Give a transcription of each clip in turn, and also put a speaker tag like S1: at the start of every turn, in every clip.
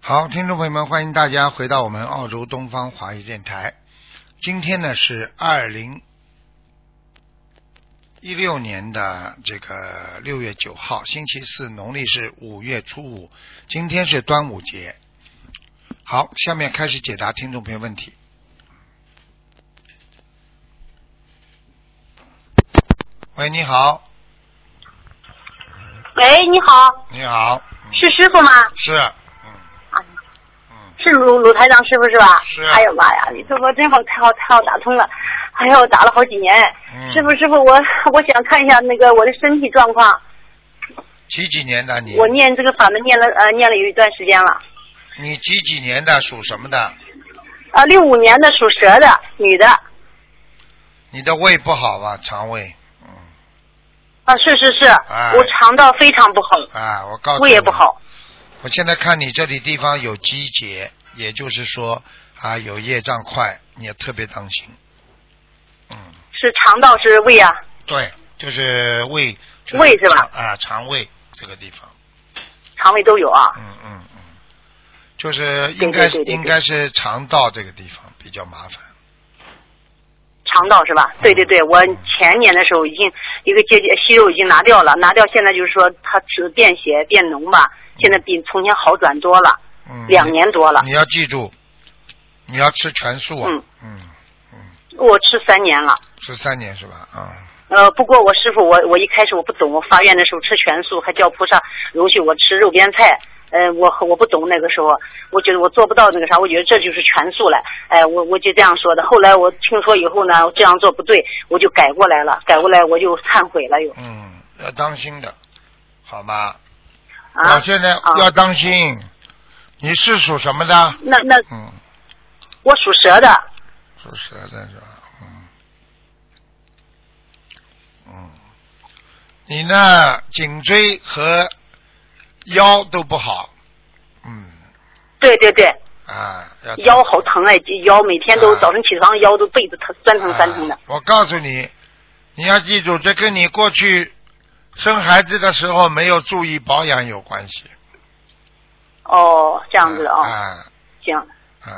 S1: 好，听众朋友们，欢迎大家回到我们澳洲东方华语电台。今天呢是二零一六年的这个六月九号，星期四，农历是五月初五。今天是端午节。好，下面开始解答听众朋友问题。喂，你好，
S2: 喂，你好，
S1: 你好，嗯
S2: 是师傅吗？
S1: 是，嗯
S2: 啊，
S1: 嗯，
S2: 是鲁鲁台长师傅是吧？
S1: 是啊
S2: 哎呀妈呀，你这波真好，太好，太好打通了。哎呀，我打了好几年。
S1: 嗯
S2: 师傅，师傅，我我想看一下那个我的身体状况。
S1: 几几年的你？
S2: 我念这个法门念了呃念了有一段时间了。
S1: 你几几年的？属什么的？
S2: 啊，六五年的属蛇的女的
S1: 你的胃不好吧？肠胃，嗯，
S2: 啊，是是是，
S1: 哎
S2: 我肠道非常不好，
S1: 啊，我告诉你，
S2: 胃也不。好。
S1: 我现在看你这里地方有积结，也就是说啊，有业障块，你也特别当心。嗯，
S2: 是肠道是胃啊，
S1: 对，就是胃，就
S2: 胃是吧
S1: 肠啊，肠胃这个地方，
S2: 肠胃都有啊。
S1: 嗯嗯嗯，就是应该
S2: 对对对对对
S1: 应该是肠道这个地方比较麻烦。
S2: 肠道是吧？
S1: 嗯
S2: 对对对，我前年的时候已经一个结节息肉已经拿掉了，拿掉现在就是说它是便血变浓吧，现在比从前好转多了，
S1: 嗯，
S2: 两年多了，
S1: 你要记住，你要吃全素啊。
S2: 嗯
S1: 嗯嗯，
S2: 我吃三年了。
S1: 十三年是吧？啊、
S2: 呃，不过我师傅，我我一开始我不懂，我发愿的时候吃全素，还叫菩萨容许我吃肉边菜。呃，我我不懂那个时候，我觉得我做不到那个啥，我觉得这就是全素了。哎、我我就这样说的。后来我听说以后呢，我这样做不对，我就改过来了，改过来我就忏悔了又
S1: 嗯，要当心的，好吗？
S2: 啊
S1: 我。现在
S2: 啊
S1: 要当心。你是属什么的？
S2: 那那
S1: 嗯，
S2: 我属蛇的，
S1: 属蛇的是吧？嗯，嗯，你呢？颈椎和腰都不好。嗯
S2: 对对对，
S1: 啊，要
S2: 腰好疼哎，腰每天都
S1: 啊
S2: 早晨起床腰都背着疼，酸疼酸疼的
S1: 啊。我告诉你，你要记住，这跟你过去生孩子的时候没有注意保养有关系。
S2: 哦，这
S1: 这
S2: 样子的哦，
S1: 啊
S2: 行，
S1: 啊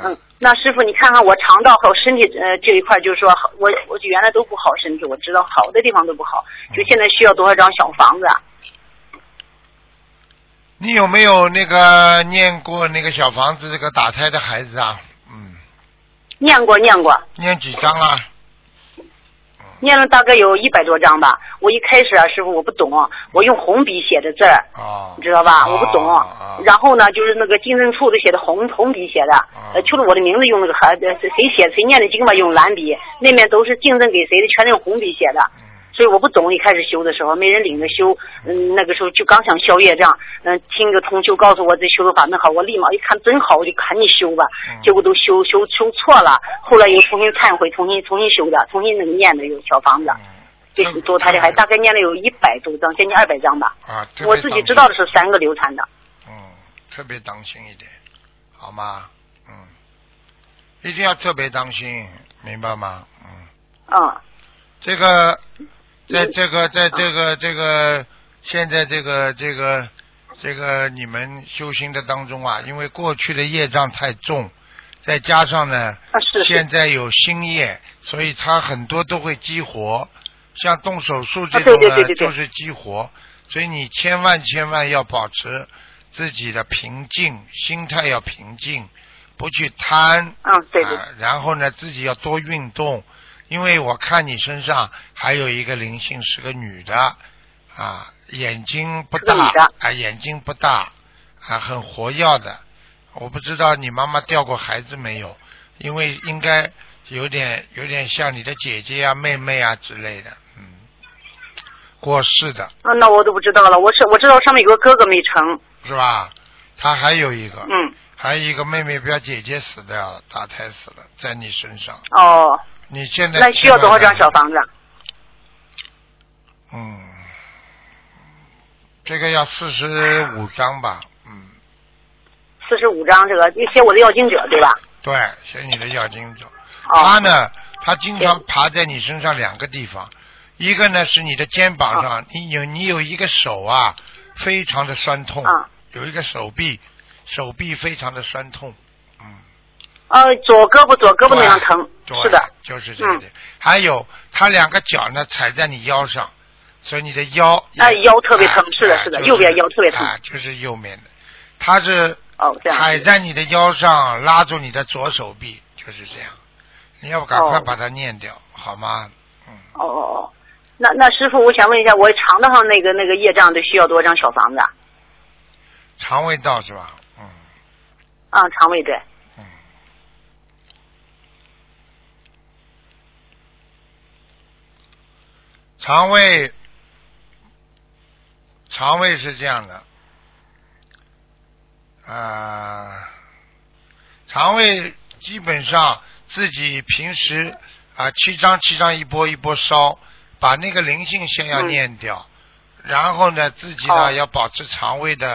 S2: 嗯，那师傅你看看我肠道和身体呃这一块，就是说我我原来都不好身体，我知道好的地方都不好，
S1: 嗯
S2: 就现在需要多少张小房子啊？
S1: 你有没有那个念过那个小房子这个打胎的孩子啊？嗯，
S2: 念过念过，
S1: 念几张啦？
S2: 念了大概有一百多张吧。我一开始啊，师傅我不懂，我用红笔写的字儿，
S1: 哦，
S2: 你知道吧？
S1: 哦
S2: 我不懂。
S1: 哦
S2: 然后呢，就是那个订正处都写的红红笔写的，
S1: 啊
S2: 呃，除了我的名字用那个孩呃谁谁写谁念的经吧，用蓝笔，那面都是订正给谁的，全是用红笔写的。
S1: 嗯
S2: 所以我不懂，一开始修的时候没人领着修，嗯，那个时候就刚想消业障，嗯，听个同修告诉我这修的法门好，我立马一看真好，我就赶紧修吧，
S1: 嗯
S2: 结果都修修修错了，后来又重新忏悔，重新重新修的，重新那个念的有小房子，这
S1: 嗯
S2: 多台的还大概念了有一百多张，将近二百张吧。
S1: 啊，特别
S2: 我自己知道的是三个流产的，
S1: 当心。嗯，特别当心一点，好吗？嗯，一定要特别当心，明白吗？嗯，
S2: 嗯，
S1: 这个，在
S2: 嗯
S1: 这个，在这个这个现在这个这个这个你们修行的当中啊，因为过去的业障太重，再加上呢，
S2: 啊是是
S1: 现在有新业，所以它很多都会激活，像动手术这
S2: 啊对
S1: 种
S2: 对
S1: 呢、
S2: 对对对
S1: 就是激活，所以你千万千万要保持自己的平静，心态要平静，不去贪，
S2: 嗯，对对，
S1: 啊，然后呢，自己要多运动，因为我看你身上还有一个灵性是个女的，啊，眼睛不
S2: 是个
S1: 大
S2: 女的，
S1: 啊，眼睛不大，啊，很活跃的。我不知道你妈妈掉过孩子没有，因为应该有点有点像你的姐姐啊、妹妹啊之类的，嗯，过世的
S2: 啊，那我都不知道了，我是我知道上面有个哥哥没成，
S1: 是吧？她还有一个，
S2: 嗯，
S1: 还有一个妹妹，不要姐姐死掉了，打胎死了，在你身上。
S2: 哦，
S1: 你现在
S2: 那需要多少
S1: 千万
S2: 张
S1: 要
S2: 小房子啊？
S1: 嗯，这个要四十五张吧。嗯，
S2: 四十五张，这个写我的要经者对吧？
S1: 对，写你的要经者。他
S2: 哦，
S1: 呢，他经常爬在你身上两个地方，一个呢是你的肩膀上，你有你有一个手啊，非常的酸痛，
S2: 啊
S1: 有一个手臂，手臂非常的酸痛，嗯。
S2: 呃，左胳膊左胳膊那样疼，
S1: 对
S2: 是的，嗯
S1: 就是这个。还有他两个脚呢踩在你腰上，所以你的腰啊
S2: 哎腰特别疼，是的，是的，右边腰特别疼，
S1: 就是右面的，他是
S2: 哦这样
S1: 踩在你的腰上，拉住你的左手臂，就是这样。你要不赶快把它念掉，好吗？嗯。
S2: 哦哦哦，那那师傅，我想问一下，我肠道上那个那个业障得需要多张小房子？
S1: 肠胃道是吧？嗯。
S2: 啊，肠胃对。
S1: 肠胃，肠胃是这样的，啊、呃，肠胃基本上自己平时啊、呃、七张七张一波一波烧，把那个灵性先要念掉，
S2: 嗯、
S1: 然后呢自己
S2: 哦
S1: 呢要保持肠胃的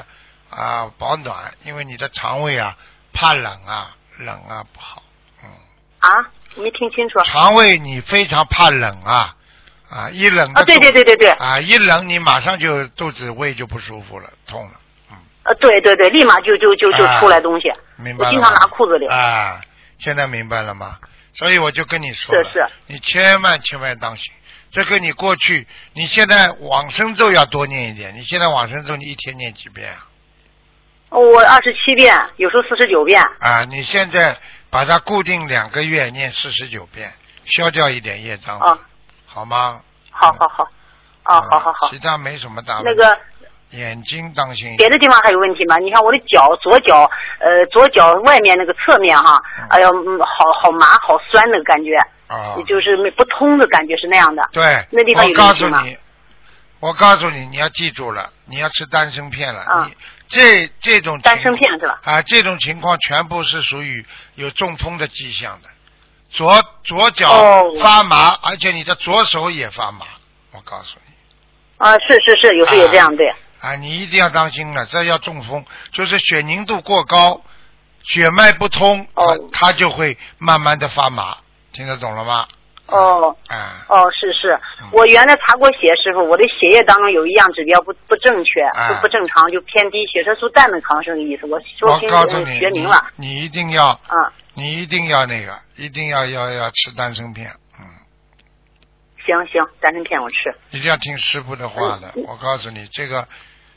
S1: 啊、呃、保暖，因为你的肠胃啊怕冷啊冷啊不好，嗯。
S2: 啊，没听清楚。
S1: 肠胃你非常怕冷啊。啊，一冷
S2: 啊，对对对对对，
S1: 啊，一冷你马上就肚子胃就不舒服了，痛了，嗯，
S2: 呃、啊，对对对，立马就就就就出来东西，
S1: 啊、明白
S2: 我经常拿裤子里
S1: 啊，现在明白了吗？所以我就跟你说了，
S2: 是是，
S1: 你千万千万当心，这跟你过去，你现在往生咒要多念一点，你现在往生咒你一天念几遍啊？
S2: 哦我二十七遍，有时候四十九遍。
S1: 啊，你现在把它固定两个月念四十九遍，消掉一点业障。
S2: 啊。
S1: 好吗？啊
S2: 好好好，哦，好好
S1: 嗯
S2: 好。
S1: 其他嗯没什么大问
S2: 题。那个
S1: 眼睛当心。
S2: 别的地方还有问题吗？你看我的脚，左脚，呃，左脚外面那个侧面哈，嗯、哎呀，好好麻，好酸那个感觉，
S1: 哦、
S2: 就是不通的感觉是那样的。
S1: 对。
S2: 那地方有
S1: 告诉你，我告诉你，你要记住了，你要吃丹参片了。嗯。你这这种
S2: 啊丹参片是吧？
S1: 啊，这种情况全部是属于有中风的迹象的。左左脚发麻，
S2: 哦、
S1: 而且你的左手也发麻，我告诉你。
S2: 啊，是是是，有时也这样、啊、对。
S1: 啊，你一定要当心了，这要中风，就是血凝度过高，血脉不通，
S2: 哦、
S1: 啊，它就会慢慢的发麻，听得懂了吗？
S2: 哦，
S1: 啊，
S2: 哦，是是，我原来查过血，师傅，我的血液当中有一样指标不不正确，不、
S1: 啊、
S2: 不正常，就偏低，血色素氮的抗生意思。我
S1: 我哦告诉
S2: 你，学明了
S1: 你，你一定要，
S2: 啊，
S1: 你一定要那个，一定要要要吃丹参片，嗯。
S2: 行行，丹参片我吃。
S1: 一定要听师傅的话的，嗯、我告诉你，这个，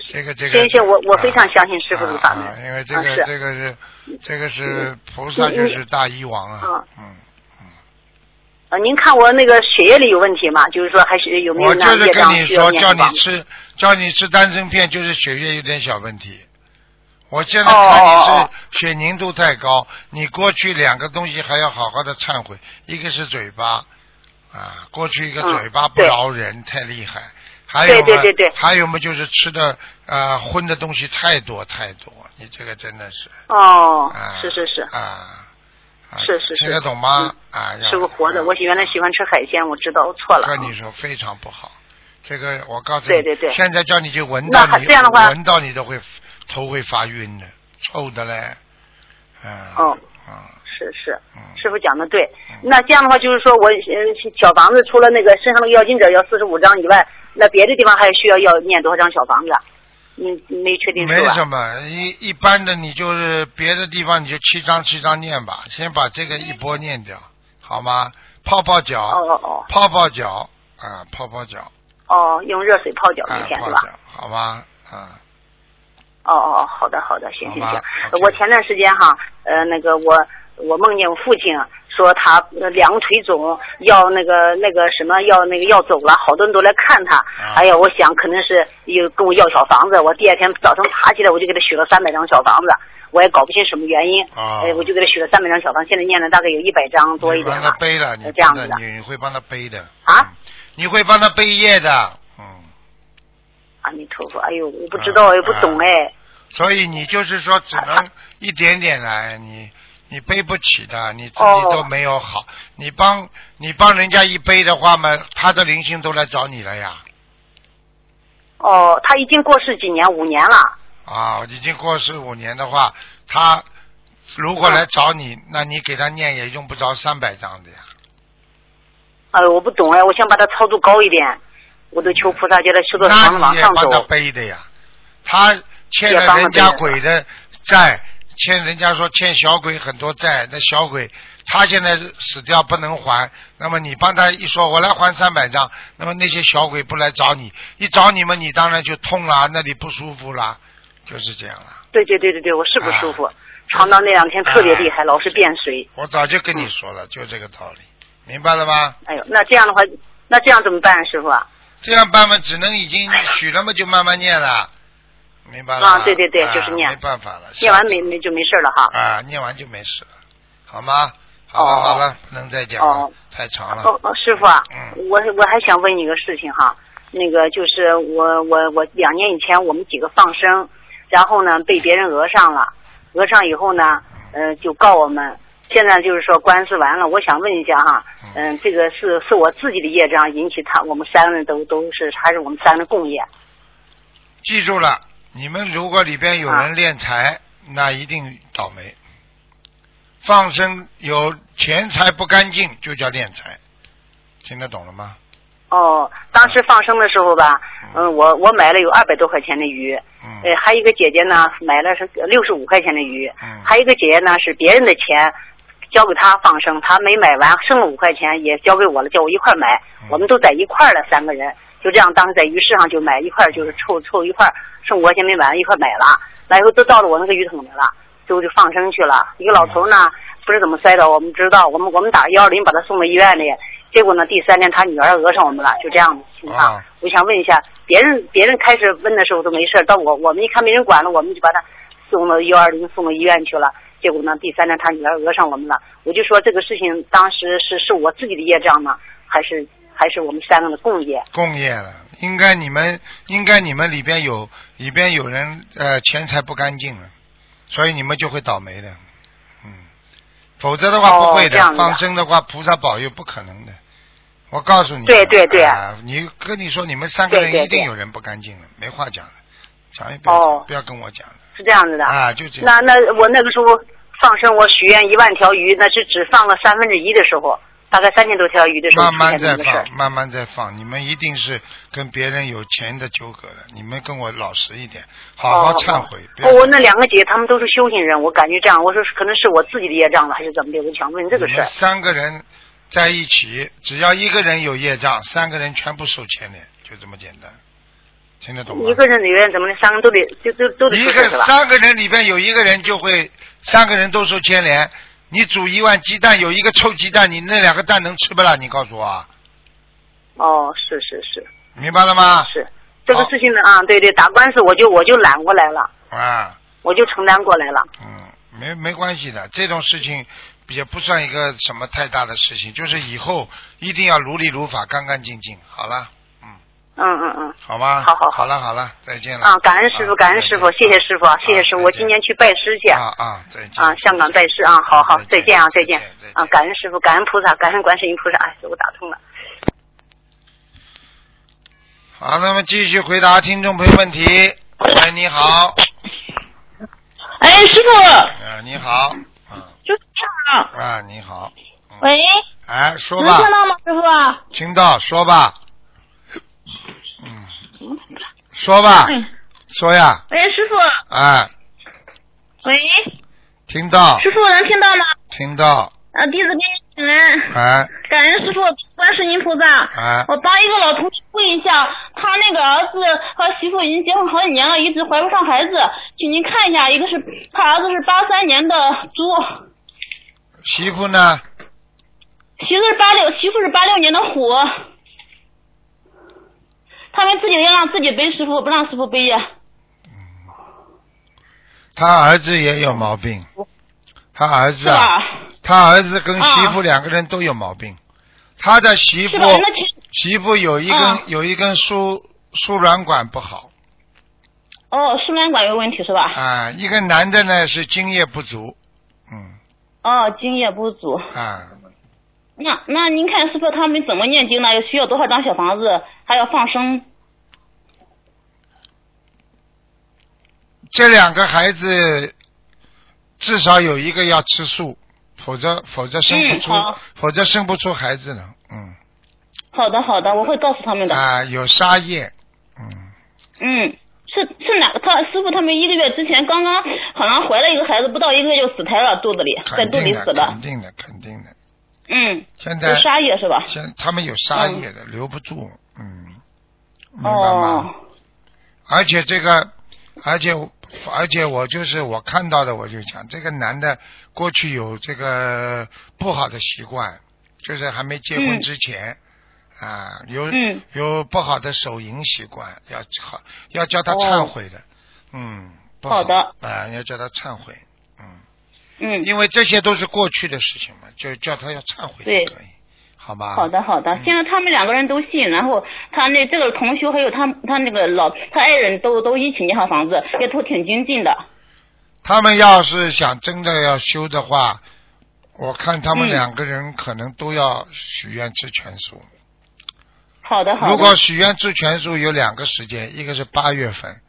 S1: 这个这个。
S2: 行行，我我非常相信师傅的嗯法门、
S1: 啊啊，因为这个这个是这个是菩萨就是大医王啊，嗯。
S2: 呃，您看我那个血液里有问题吗？就是说还是有没有那
S1: 我就是跟你说，叫你吃，叫你吃丹参片，就是血液有点小问题。我现在看你是血凝度太高，
S2: 哦、
S1: 你过去两个东西还要好好的忏悔，一个是嘴巴，啊，过去一个嘴巴不饶人、
S2: 嗯、
S1: 太厉害，还有嘛，
S2: 对对对
S1: 还有嘛就是吃的呃荤的东西太多太多，你这个真的是。
S2: 哦，
S1: 啊、
S2: 是是是。
S1: 啊。
S2: 是是是，
S1: 听得懂吗？啊，
S2: 是嗯个活的。我原来喜欢吃海鲜，我知道我错了。啊
S1: 跟你说非常不好，这个我告诉你，
S2: 对对对，
S1: 现在叫你去闻到你，
S2: 这样的话，
S1: 闻到你都会头会发晕的，臭的嘞，啊。
S2: 哦。
S1: 啊。
S2: 是是，
S1: 嗯
S2: 师傅讲的对。那这样的话，就是说我呃小房子除了那个身上的药金者要四十五张以外，那别的地方还需要要念多少张小房子？啊你没确定
S1: 没什么，一一般的你就是别的地方你就七张七张念吧，先把这个一波念掉，好吗？泡泡脚，
S2: 哦哦哦，
S1: 泡泡脚啊、嗯，泡泡脚。
S2: 哦，用热水泡脚每天、
S1: 嗯、
S2: 是吧？
S1: 好吗？啊、
S2: 嗯。哦哦哦，好的好的，行行行。呃
S1: Okay、
S2: 我前段时间哈，呃，那个我我梦见我父亲说他两腿肿，要那个那个什么要那个要走了，好多人都来看他。
S1: 啊、
S2: 哎呀，我想可能是。又跟我要小房子，我第二天早上爬起来我就给他许了三百张小房子，我也搞不清什么原因，
S1: 哦、
S2: 哎，我就给他许了三百张小房子，现在念了大概有一百张多一点
S1: 了。背了，
S2: 你这样子的，
S1: 你会帮他背的
S2: 啊、
S1: 嗯？你会帮他背业的，嗯。
S2: 阿弥陀佛，哎呦，我不知道，嗯、也不懂哎、
S1: 啊。所以你就是说，只能一点点来，你你背不起的，你自己都没有好，
S2: 哦、
S1: 你帮你帮人家一背的话嘛，他的灵性都来找你了呀。
S2: 哦，他已经过世几年，五年了。
S1: 啊，已经过世五年的话，他如果来找你，嗯、那你给他念也用不着三百张的呀。
S2: 哎，我不懂哎，我想把他超度高一点，我都求菩萨叫他修到
S1: 那
S2: 往上走。
S1: 那你也帮他背的呀，他欠了人家鬼的债，欠人家说欠小鬼很多债，那小鬼他现在死掉不能还，那么你帮他一说，我来还三百张，那么那些小鬼不来找你，一找你们，你当然就痛啦，那里不舒服啦，就是这样了。
S2: 对对对对对，我是不舒服，肠道那两天特别厉害，啊老是变水。
S1: 我早就
S2: 嗯
S1: 跟你说了，就这个道理，明白了吗？
S2: 哎呦，那这样的话，那这样怎么办，师傅啊？
S1: 这样办法只能已经许了嘛，就慢慢念了，明白了吗？
S2: 啊，对对对，
S1: 啊
S2: 就是念
S1: 没，办法了，
S2: 念完没没就没事了哈。
S1: 啊，念完就没事了，好吗？好
S2: 哦
S1: 了
S2: 哦
S1: 好了，不能再讲了
S2: 哦，
S1: 太长
S2: 哦
S1: 了。
S2: 哦，师傅啊，
S1: 嗯
S2: 我我还想问你个事情哈，那个就是我我我两年以前我们几个放生，然后呢被别人讹上了，讹上以后呢，
S1: 嗯
S2: 呃就告我们，现在就是说官司完了，我想问一下哈，嗯、这个是是我自己的业障引起他我们三个人都都是还是我们三个人共业？
S1: 记住了，你们如果里边有
S2: 啊
S1: 人敛财，那一定倒霉。放生有钱财不干净，就叫敛财，听得懂了吗？
S2: 哦，当时放生的时候吧，嗯，我我买了有二百多块钱的鱼，
S1: 嗯
S2: 呃，还有一个姐姐呢买了是六十五块钱的鱼，
S1: 嗯
S2: 还有一个姐姐呢是别人的钱交给她放生，她没买完，剩了五块钱也交给我了，叫我一块儿买，
S1: 嗯
S2: 我们都在一块儿了，三个人就这样，当时在鱼市上就买一块儿，就是凑凑一块儿，剩五块钱没买完一块儿买了，买以后都到了我那个鱼桶里了，最后就放生去了。一个老头呢不知怎么摔倒，我们知道，我们我们打幺二零把他送到医院里，结果呢第三天他女儿讹上我们了，就这样的情况。
S1: 啊
S2: 我想问一下，别人别人开始问的时候都没事儿，到我我们一看没人管了，我们就把他送到幺二零送到医院去了。结果呢，第三天他女儿讹上我们了，我就说这个事情当时是是我自己的业障呢，还是还是我们三个的共业？
S1: 共业了，应该你们应该你们里边有里边有人呃钱财不干净了，所以你们就会倒霉的，嗯，否则的话
S2: 哦
S1: 不会
S2: 这
S1: 的，
S2: 样子啊
S1: 放生的话菩萨保佑不可能的，我告诉你，
S2: 对对对
S1: 啊，你跟你说你们三个
S2: 对
S1: 人
S2: 对
S1: 一定
S2: 对
S1: 有人不干净了，没话讲了，讲也不要讲、
S2: 哦
S1: 不要跟我讲了
S2: 是这样子的。
S1: 啊，就这样。
S2: 那那我那个时候放生，我许愿一万条鱼，那是只放了三分之一的时候，大概三千多条鱼的时候
S1: 慢
S2: 出
S1: 慢
S2: 现这
S1: 再
S2: 么个事儿
S1: 放，。慢慢再放。你们一定是跟别人有钱的纠葛了，你们跟我老实一点，好好忏悔。不要
S2: 哦，我那两个姐她们都是修行人，我感觉这样，我说是可能是我自己的业障了，还是怎么的？我就想问这个
S1: 你
S2: 事
S1: 们
S2: 儿。
S1: 三个人在一起，只要一个人有业障，三个人全部受牵连，就这么简单，听得懂吗？
S2: 一个人的愿怎么的，三个都得就都都得
S1: 一
S2: 出事儿是
S1: 个
S2: 吧？
S1: 三个人里边有一个人就会，三个人都受牵连。你煮一碗鸡蛋，有一个臭鸡蛋，你那两个蛋能吃不啦？你告诉我啊，
S2: 哦，是是是
S1: 明白了吗？
S2: 是，这个
S1: 啊好
S2: 事情呢啊，对对，打官司我就我就揽过来了，
S1: 啊，
S2: 我就承担过来了。
S1: 嗯，没没关系的，这种事情也不算一个什么太大的事情，就是以后一定要如理如法，干干净净。好了，嗯，
S2: 嗯嗯嗯。
S1: 好吗？
S2: 好好好
S1: 好了好了，再见了。
S2: 啊，感恩师傅，
S1: 啊
S2: 感恩师傅，谢谢师傅，谢谢师傅，我今年去拜师去。
S1: 啊啊，再见
S2: 啊，香港拜师啊，好好，
S1: 再
S2: 再
S1: 见
S2: 见啊，
S1: 再
S2: 再
S1: 见
S2: 见
S1: 再见
S2: 啊，感恩师傅，感恩菩萨，感恩观世音菩萨，哎，我打通了。
S1: 好，那么继续回答听众朋友问题。喂，你好，
S3: 哎，师傅，
S1: 啊，你好，啊
S3: 就是长，
S1: 啊，你好，嗯，
S3: 喂，
S1: 哎，说
S3: 能
S1: 吧，
S3: 听到吗，师傅？
S1: 听到，说吧，嗯，说吧，
S3: 哎，
S1: 说呀，
S3: 喂，师傅，
S1: 哎，
S3: 喂，
S1: 听到，
S3: 师傅能听到吗？
S1: 听到，
S3: 啊，弟子给你请安，
S1: 哎，
S3: 感恩师傅，观世音菩萨。
S1: 哎，
S3: 我帮一个老同学问一下，他那个儿子和媳妇已经结婚好几年了，一直怀不上孩子，请您看一下，一个是他儿子是八三年的猪，
S1: 媳妇呢？
S3: 媳妇是八六，媳妇是八六年的虎。他们自己要让自己背师傅，不让师傅背呀。
S1: 他儿子也有毛病，他儿
S3: 是
S1: 子啊，
S3: 吧？
S1: 他儿子跟媳妇
S3: 啊
S1: 两个人都有毛病，他的媳妇
S3: 是吧？那其实
S1: 媳妇有一根、
S3: 啊
S1: 有一根输输卵管不好
S3: 哦，输卵管有问题是吧？
S1: 啊，一个男的呢是精液不足，嗯
S3: 哦，精液不足。
S1: 啊，
S3: 那那您看师傅他们怎么念经呢？有需要多少张小房子？还要放生？
S1: 这两个孩子至少有一个要吃素，否则否则生不
S3: 嗯
S1: 出、
S3: 好
S1: 否则生不出孩子呢，嗯啊
S3: 好的好的，我会告诉他们的。
S1: 啊有杀业，嗯
S3: 嗯，是是哪个？他师傅他们一个月之前刚刚好像怀了一个孩子，不到一个月就死胎了，肚子里在
S1: 肯
S3: 肚
S1: 定
S3: 里
S1: 的，
S3: 死了
S1: 肯。定的，肯定的。
S3: 嗯，
S1: 现
S3: 有
S1: 在
S3: 沙叶是吧？
S1: 现他们有杀业的，留不住，嗯，明白吗？
S3: 哦，
S1: 而且这个，而且而且我就是我看到的，我就讲这个男的过去有这个不好的习惯，就是还没结婚
S3: 嗯
S1: 之前、啊，有、
S3: 嗯
S1: 有不好的手淫习惯，要好要叫他
S3: 哦
S1: 忏悔的，嗯，不
S3: 好的
S1: 啊、要叫他忏悔，嗯，
S3: 嗯，
S1: 因为这些都是过去的事情嘛，就叫他要忏悔
S3: 对
S1: 就可以，好吧？
S3: 好的，好的
S1: 嗯。
S3: 现在他们两个人都信，然后他那这个同修还有他他那个老他爱人都都一起那套房子，也都挺精进的。
S1: 他们要是想真的要修的话，我看他们
S3: 嗯
S1: 两个人可能都要许愿吃全素。
S3: 好的，好的。
S1: 如果许愿吃全素有两个时间，一个是八月份，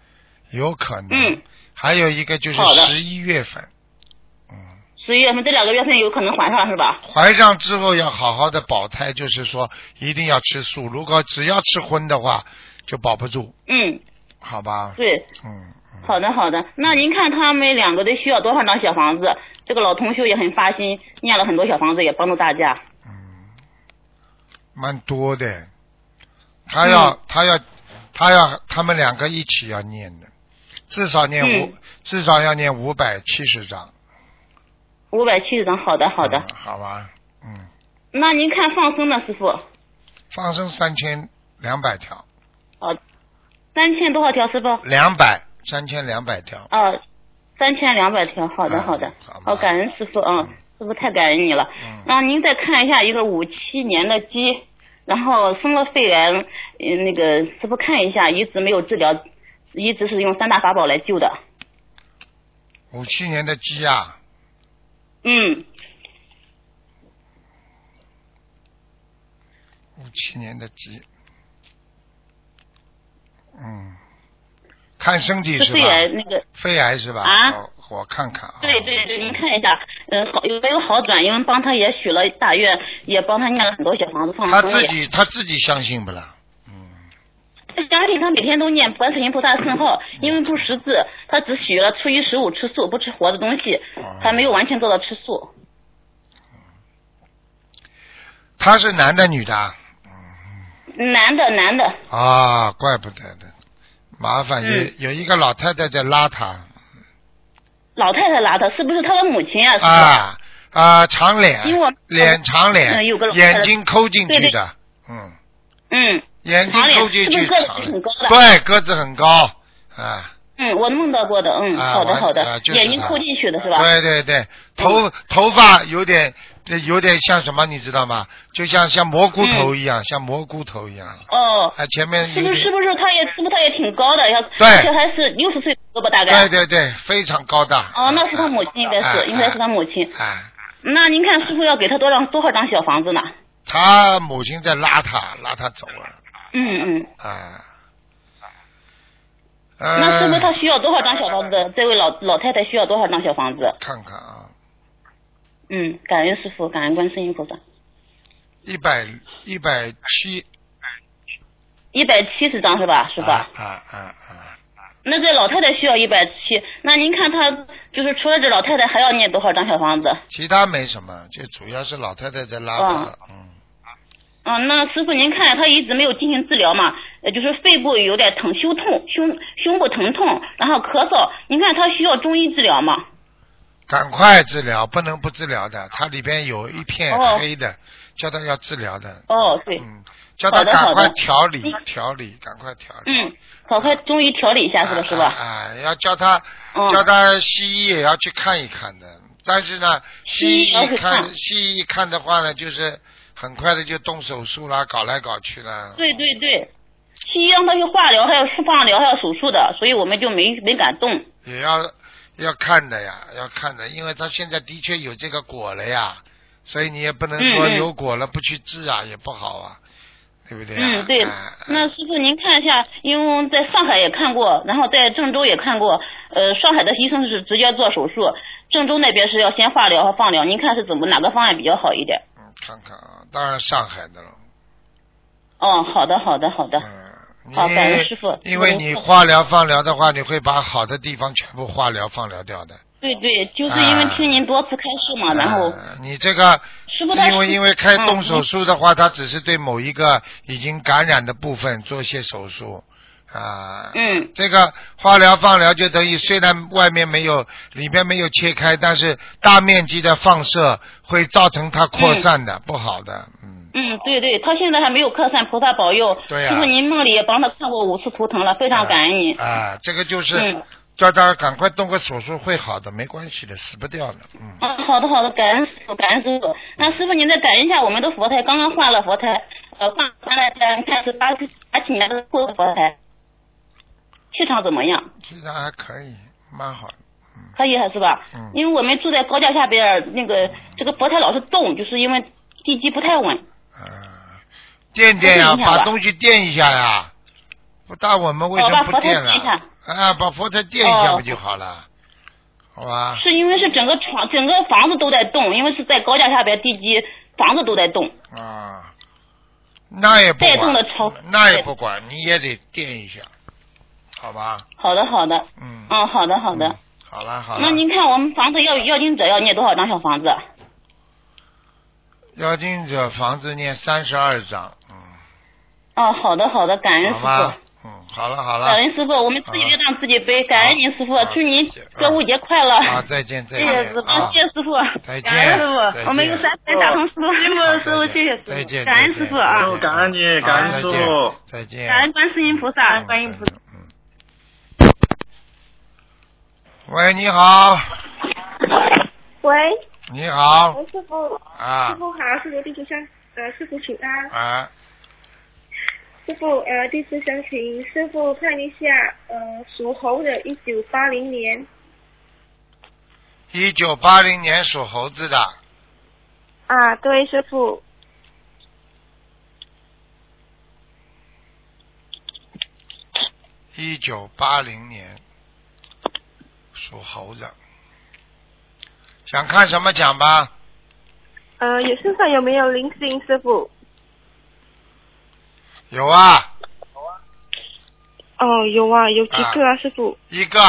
S1: 有可能，
S3: 嗯，
S1: 还有一个就是
S3: 好的
S1: 十一月份。嗯，
S3: 十一月份这两个月份有可能还上是吧？
S1: 怀上之后要好好的保胎，就是说一定要吃素。如果只要吃荤的话，就保不住，
S3: 嗯，
S1: 好吧？
S3: 对，
S1: 嗯，嗯
S3: 好的好的。那您看他们两个都需要多少张小房子？这个老同修也很发心，念了很多小房子，也帮助大家。
S1: 蛮多的。他要、
S3: 嗯
S1: 他要他要他们两个一起要念的，至少念
S3: 嗯
S1: 五、至少要念五百七十章。
S3: 五百七十张，好的好的。
S1: 嗯好吧，嗯，
S3: 那您看放生呢，师傅？
S1: 放生三千两百条，
S3: 三千多少条，师傅？
S1: 两百三千两百条。
S3: 啊，三千两百条，好的
S1: 嗯
S3: 好的，
S1: 好吧
S3: 好感恩师傅，嗯，师傅太感恩你了。
S1: 嗯
S3: 那您再看一下一个五七年的鸡，然后生了肺癌，嗯，那个师傅看一下，一直没有治疗，一直是用三大法宝来救的。
S1: 五七年的鸡啊，
S3: 嗯，
S1: 五七年的鸡，嗯，看身体
S3: 是
S1: 是
S3: 肺癌
S1: 吧？
S3: 那个，
S1: 肺癌是吧？
S3: 啊
S1: 哦我看看啊。
S3: 对对对，您看一下，嗯，好有没有好转？因为帮他也许了大愿，也帮他念了很多小房子放
S1: 他
S3: 生
S1: 自
S3: 也
S1: 己他自己相信不啦？嗯
S3: 这家庭他每天都念观世音菩萨圣号，因为不识字，他只许了初一十五吃素，不吃活的东西
S1: 哦，
S3: 还没有完全做到吃素。
S1: 他是男的女的啊？
S3: 男的，男的，
S1: 啊，怪不得的，麻烦有、
S3: 嗯
S1: 有一个老太太在拉他
S3: 老太太拉的，是不是他的母亲啊？是吧？
S1: 啊啊，长
S3: 因为我
S1: 脸，脸长脸，
S3: 嗯有个老太太
S1: 眼睛抠进去
S3: 对
S1: 的，嗯，
S3: 嗯
S1: 眼睛
S3: 长脸
S1: 抠进去
S3: 是不是个子
S1: 长
S3: 挺
S1: 脸
S3: 高的，
S1: 对，个子很高啊，
S3: 嗯，我梦到过的，嗯，
S1: 啊
S3: 好的
S1: 完
S3: 好的，
S1: 啊就是
S3: 眼睛
S1: 他
S3: 抠进去的是吧？
S1: 对
S3: 嗯
S1: 对对，头头发有点这有点像什么，你知道吗？就像像蘑菇头一样，像蘑菇头一样，
S3: 哦，
S1: 啊，前面
S3: 嗯是
S1: 有
S3: 不是是
S1: 点，
S3: 不是他也是不是他也挺高的？要
S1: 对
S3: 而且还是六十岁多吧，大概
S1: 对。对对，非常高大。
S3: 哦，那是他母亲，应该
S1: 啊
S3: 是，应该是他母亲。
S1: 啊啊
S3: 那您看师傅要给他多张多少张小房子呢？
S1: 他母亲在拉他，拉他走了。
S3: 嗯嗯。
S1: 啊，
S3: 那师傅他
S1: 呃，
S3: 需要多少张小房子？这位老老太太需要多少张小房子？
S1: 看看啊，
S3: 嗯，感恩师傅，感恩观世音菩萨。
S1: 一百一百七，
S3: 一百七十张是吧？师傅，
S1: 啊啊啊啊！
S3: 那这老太太需要一百七，那您看她就是除了这老太太还要念多少张小房子？
S1: 其他没什么，就主要是老太太在拉他，嗯，
S3: 嗯，那师傅您看她一直没有进行治疗嘛，呃，就是肺部有点疼，胸痛，胸胸部疼痛，然后咳嗽，您看她需要中医治疗吗？
S1: 赶快治疗，不能不治疗的，它里边有一片
S3: 哦
S1: 黑的，叫他要治疗的，
S3: 哦，对，
S1: 嗯，叫他
S3: 好的
S1: 赶快
S3: 好的
S1: 调理调理，赶快调理，
S3: 嗯，赶快中医调理一下，是吧，
S1: 啊
S3: 师
S1: 啊
S3: 傅？
S1: 啊，要叫他
S3: 嗯，
S1: 叫他西医也要去看一看的，但是呢，西
S3: 西
S1: 医
S3: 医哦要去
S1: 看
S3: 看
S1: 西医看的话呢，就是很快的就动手术啦，搞来搞去啦。
S3: 对对对，西医让她去化疗，还有放疗，还有手术的，所以我们就没没敢动。
S1: 也要要看的呀，要看的，因为他现在的确有这个果了呀，所以你也不能说
S3: 嗯嗯
S1: 有果了不去治啊，也不好啊，对不对、啊？
S3: 嗯，对
S1: 啊。
S3: 那师傅您看一下，因为我们在上海也看过，然后在郑州也看过。呃，上海的医生是直接做手术，郑州那边是要先化疗和放疗。您看是怎么哪个方案比较好一点？
S1: 嗯，看看啊，当然上海的了。
S3: 哦，好的，好的，好的。
S1: 嗯，
S3: 好，感恩师傅。嗯
S1: 因为你化疗放疗的话，你会把好的地方全部化疗放疗掉的。
S3: 对对，就是因为听您多次开示嘛，啊然后
S1: 呃你这个
S3: 师傅他
S1: 因为因为开动手术的话，它只是对某一个已经感染的部分做一些手术啊。
S3: 嗯
S1: 这个化疗放疗就等于虽然外面没有，里边没有切开，但是大面积的放射会造成它扩散的，不好的。嗯，
S3: 嗯，对对，他现在还没有扩散，菩萨保佑。
S1: 对呀
S3: 师傅您梦里也帮他看过五次图腾了，非常感恩您。
S1: 啊，这个就是
S3: 嗯
S1: 叫大家赶快动个手术会好的，没关系的，死不掉的。嗯，
S3: 啊，好的好的，感恩师傅，感恩师傅。那师傅您再感恩一下我们的佛台，刚刚换了佛台，呃，换换了咱看是八七八七年的后佛台，气场怎么样？
S1: 其实还可以，蛮好的。嗯
S3: 可以还是吧？
S1: 嗯
S3: 因为我们住在高架下边儿，那个这个佛台老是动，就是因为地基不太稳。
S1: 啊，垫垫呀，
S3: 不是影响吧
S1: 把东西垫一下呀。不大我们为什
S3: 哦
S1: 么
S3: 把
S1: 不
S3: 佛台
S1: 垫了
S3: 垫一下？
S1: 啊，把佛台垫一下
S3: 哦
S1: 不就好了？好吧。
S3: 是因为是整个床、整个房子都在动，因为是在高架下边，地基房子都在动。
S1: 啊，那也不
S3: 带动了潮
S1: 管，那也不管，你也得垫一下，好吧？
S3: 好的，好的，
S1: 嗯，
S3: 嗯，好的，好的。
S1: 嗯好了好了
S3: 那。您看我们房子要要经者要念多少张小房子？
S1: 妖精者房子念三十二章，嗯，
S3: 哦，好的，好的，感恩师
S1: 好吧
S3: 傅，，
S1: 嗯，好了好
S3: 感
S1: 了，
S3: 恩师傅，我们自己就让自己背，感恩您师傅
S1: 好，
S3: 祝您
S1: 好
S3: 端午节快乐。
S1: 好，啊再见再
S3: 谢谢
S1: 见
S3: 师傅，
S1: 啊
S3: 谢谢师傅，
S1: 再见
S3: 感恩师
S1: 再
S3: 傅，
S1: 见
S3: 我们用三台打通师傅，师
S1: 好
S3: 傅师傅
S1: 再见
S3: 谢谢师傅，
S1: 再见
S3: 感恩师傅
S1: 再
S3: 啊
S1: 见，
S4: 师傅感恩你
S1: 好
S4: 感恩师傅
S1: 再见再见，
S3: 感恩观世音菩萨，
S1: 嗯
S3: 观音菩萨。，
S1: 嗯。喂，你好，
S5: 喂，
S1: 你好
S5: 喂，师傅，师
S1: 哦啊
S5: 傅好，师傅弟子相，呃，师傅请安，
S1: 啊，
S5: 师傅，呃，弟子相请，师傅看一下，呃，属猴的，一九八零年，
S1: 一九八零年属猴子的，
S5: 啊，对，师傅，
S1: 一九八零年，属猴子。想看什么讲吧？
S5: 呃，也身上有没有灵性，师傅？
S1: 有啊，
S5: 哦，有啊，有
S1: 几个
S5: 啊，师傅，
S1: 一个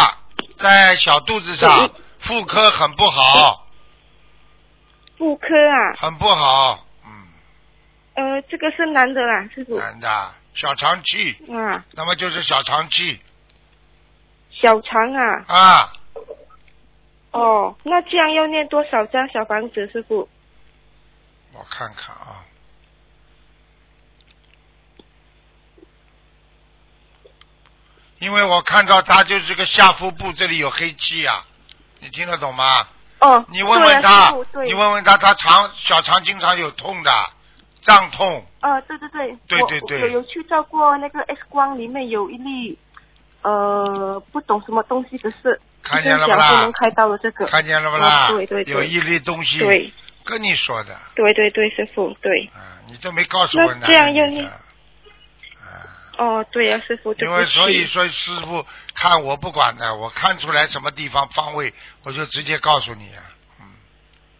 S1: 在小肚子上，
S3: 嗯
S1: 妇科很不好，
S5: 妇科啊，
S1: 很不好，嗯，
S5: 呃，这个是男的啊，师傅，
S1: 男的小肠气，
S5: 啊，
S1: 那么就是小肠气
S5: 小肠啊，
S1: 啊，
S5: 哦，那这样要念多少张小房子，师傅？
S1: 我看看啊，因为我看到他就是个下腹部这里有黑气呀、你听得懂吗？
S5: 哦，
S1: 你问问他，
S5: 对
S1: 你
S5: 啊，
S1: 问问他，他肠小肠经常有痛的，胀痛，
S5: 呃，对对对，
S1: 对
S5: 我
S1: 对对
S5: 我有去照过那个 X 光，里面有一粒呃不懂什么东西的事，
S1: 看见了不
S5: 医生讲不
S1: 啦
S5: 能？开刀的这个，
S1: 看见了不啦？
S5: 哦对对对
S1: 有一粒东西，
S5: 对
S1: 跟你说的，
S5: 对对对，师傅对，
S1: 啊，你都没告诉我
S5: 那
S1: 男的
S5: 这样
S1: 女的
S5: 要念
S1: 啊，
S5: 哦对呀、啊，师傅 对
S1: 因
S5: 不
S1: 为
S5: 起，
S1: 所以说师傅看我不管的，我看出来什么地方方位，我就直接告诉你啊，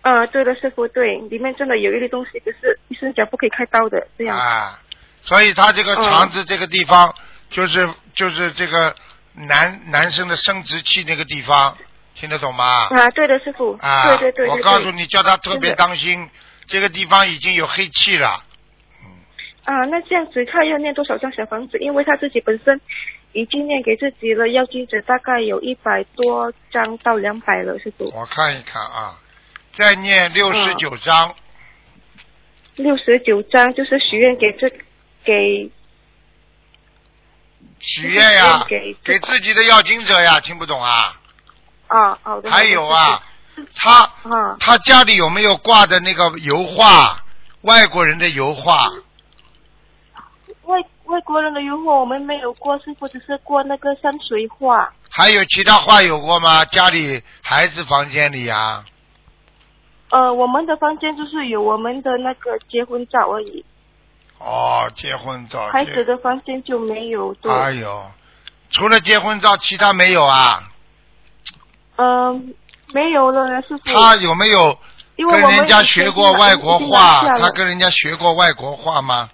S5: 呃对的，师傅对，里面真的有一粒东西，可是医生讲不可以开刀的，这样，
S1: 啊，所以他这个
S5: 嗯
S1: 肠子这个地方，就是就是这个男男生的生殖器那个地方，听得懂吗？
S5: 啊对的，师傅，
S1: 啊，
S5: 对对对对
S1: 我
S5: 对
S1: 告诉你，叫他特别
S5: 真的
S1: 当心，这个地方已经有黑气了。
S5: 啊，那这样子他要念多少张小房子？因为他自己本身已经念给自己了，要记者大概有一百多张到两百了，师傅。
S1: 我看一看啊，再念六十
S5: 嗯
S1: 九章，
S5: 六十九张就是许愿给这给
S1: 许愿呀
S5: 就是给，
S1: 给自己的要经者呀，听不懂啊？
S5: 啊，好的。
S1: 还有啊，他
S5: 好的，啊，
S1: 他家里有没有挂的那个油画？外国人的油画
S5: 外外国人的诱惑我们没有过，师傅只是过那个山水画。
S1: 还有其他画有过吗？家里孩子房间里呀、
S5: 呃，我们的房间就是有我们的那个结婚照而已，
S1: 哦，结婚照。
S5: 孩子
S1: 结
S5: 的房间就没有。对，
S1: 哎呦，除了结婚照，其他没有啊？
S5: 嗯、没有了，师傅。
S1: 他有没有
S5: 因为
S1: 跟
S5: 我们
S1: 人家学过外国
S5: 已经拿
S1: 画，
S5: 下了
S1: 他跟人家学过外国画吗？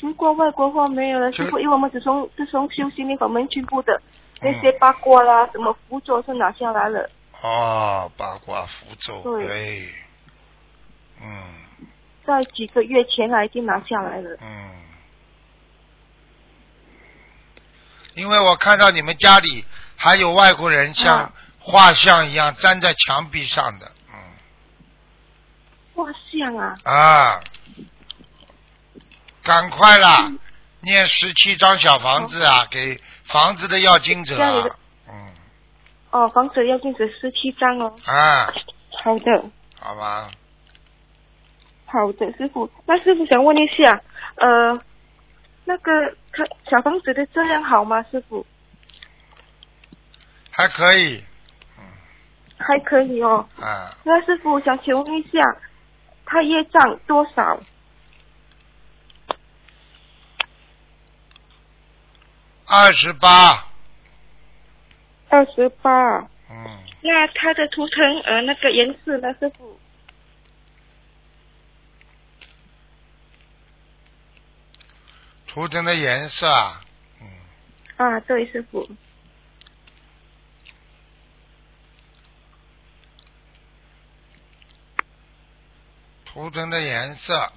S5: 如果外国话没有了，
S1: 就
S5: 师傅，因为我们自从自从修心灵法门进步的
S1: 嗯
S5: 那些八卦啦，什么符咒是拿下来了。
S1: 哦，八卦符咒，
S5: 对
S1: 哎，嗯
S5: 在几个月前啊来已经拿下来了。
S1: 嗯，因为我看到你们家里还有外国人
S5: 啊
S1: 像画像一样粘在墙壁上的，嗯
S5: 哇，像啊！
S1: 啊，赶快啦，
S5: 嗯
S1: 念十七张小房子啊，给房子的要经者
S5: 家里
S1: 啊
S5: 的，
S1: 嗯
S5: 哦，房子要禁止十七张哦。
S1: 啊，
S5: 好的，
S1: 好吧，
S5: 好的，师傅。那师傅想问一下，呃，那个看小房子的质量好吗？师傅
S1: 还可以
S5: 还可以哦。
S1: 啊，
S5: 那师傅想请问一下，他业障多少？
S1: 二十八，
S5: 二十八。
S1: 嗯。
S5: 那他的图腾呃那个颜色呢，师傅？
S1: 图腾的颜色啊，嗯，
S5: 啊，对，师傅。
S1: 图腾的颜色，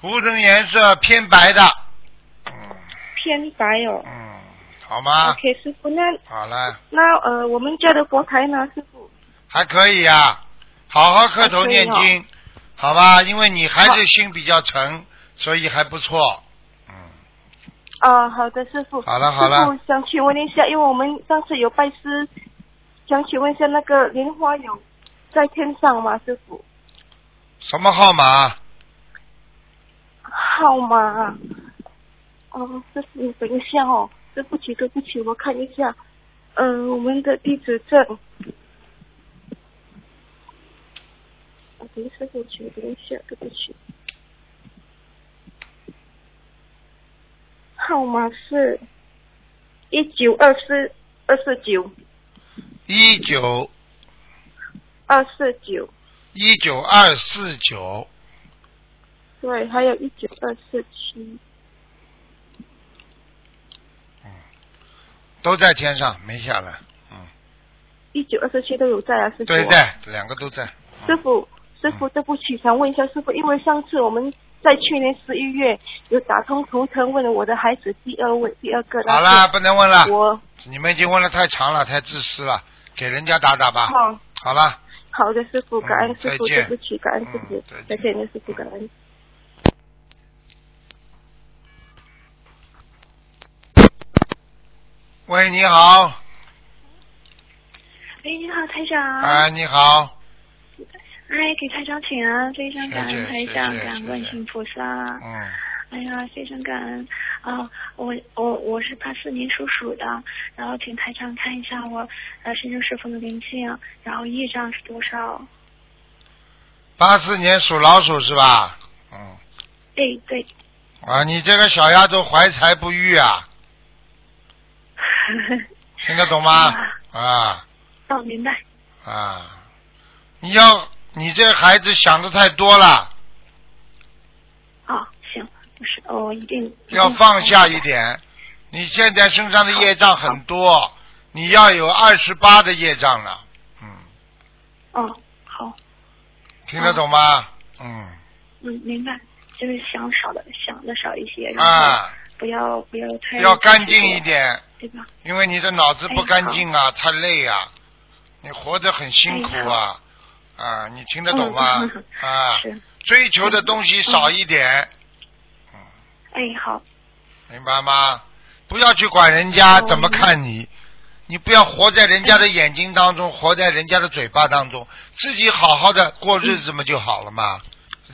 S1: 图腾颜色偏白的，嗯
S5: 偏白哦。
S1: 嗯，好吗？
S5: OK，师傅，那
S1: 好了，
S5: 那呃，我们家的佛台呢，师傅？
S1: 还可以啊，好好磕头念
S5: 还可以
S1: 经，好吧？因为你还是心比较沉，所以还不错，嗯，
S5: 啊，好的，师傅。
S1: 好了好了
S5: 师傅想请问一下，因为我们上次有拜师，想请问一下那个莲花有在天上吗，师傅？
S1: 什么号码？
S5: 号码啊？哦，师傅，你等一下哦，对不起，对不起，我看一下，嗯、我们的地址证。啊，等一下，对不起，等一下，对不起。号码是一九二四二四九
S1: 一九
S5: 二四九，
S1: 一九二四九。
S5: 对，还有一九二四七。
S1: 都在天上，没下来。嗯，
S5: 一九二四七都有在啊，师傅。
S1: 对在，两个都在。
S5: 师傅，师傅，对不起，想问一下师傅，因为上次我们在去年十一月有打通图腾，问了我的孩子第二位第二个，
S1: 好啦，不能问了
S5: 但是，我
S1: 你们已经问的太长了，太自私了，给人家打打吧。
S5: 好
S1: 好了，
S5: 好的师傅，
S1: 嗯
S5: 感恩师傅，
S1: 再
S5: 对
S1: 见
S5: 不起，感恩师傅
S1: 嗯，再见
S5: 再见，师傅，感恩。
S1: 喂，你好，
S5: 啊
S4: 喂，你好，台长。
S1: 哎，你
S5: 啊
S1: 好，
S4: 哎，给台长请安，非常感恩
S1: 谢谢
S4: 台长，
S1: 谢谢
S4: 感恩观世音菩萨。
S1: 嗯，
S4: 哎呀，非常感恩啊、我我我是八四年属鼠的，然后请台长看一下我呃身上是否有灵性，然后业障是多少？
S1: 八四年属老鼠是吧？嗯，
S4: 对哎对，
S1: 啊，你这个小丫头怀才不遇啊，听得懂 吗？啊
S4: 哦，明白。
S1: 啊，你要你这孩子想的太多了，
S4: 哦，行，不是，我一定
S5: 嗯
S1: 要放下一。点。你现在身上的业障很多，你要有二十八的业障了。嗯，
S4: 哦，好，
S1: 听得懂吗？嗯
S4: 嗯，明白。就是想少的想的少一些，然后
S1: 啊，
S4: 不要、不要太
S1: 要干净一，点，
S4: 对吧？
S1: 因为你的脑子不干净
S4: 哎
S1: 啊，太累啊，你活得很辛苦啊啊，你听得懂吗
S4: 哎嗯？
S1: 啊，
S4: 是，
S1: 追求的东西少一点，
S4: 哎，好，
S1: 明白吗？不要去管人家
S4: 哦
S1: 怎么看你，你不要活在人家的眼睛当中，活在人家的嘴巴当中，自己好好的过日
S4: 嗯
S1: 子嘛就好了嘛，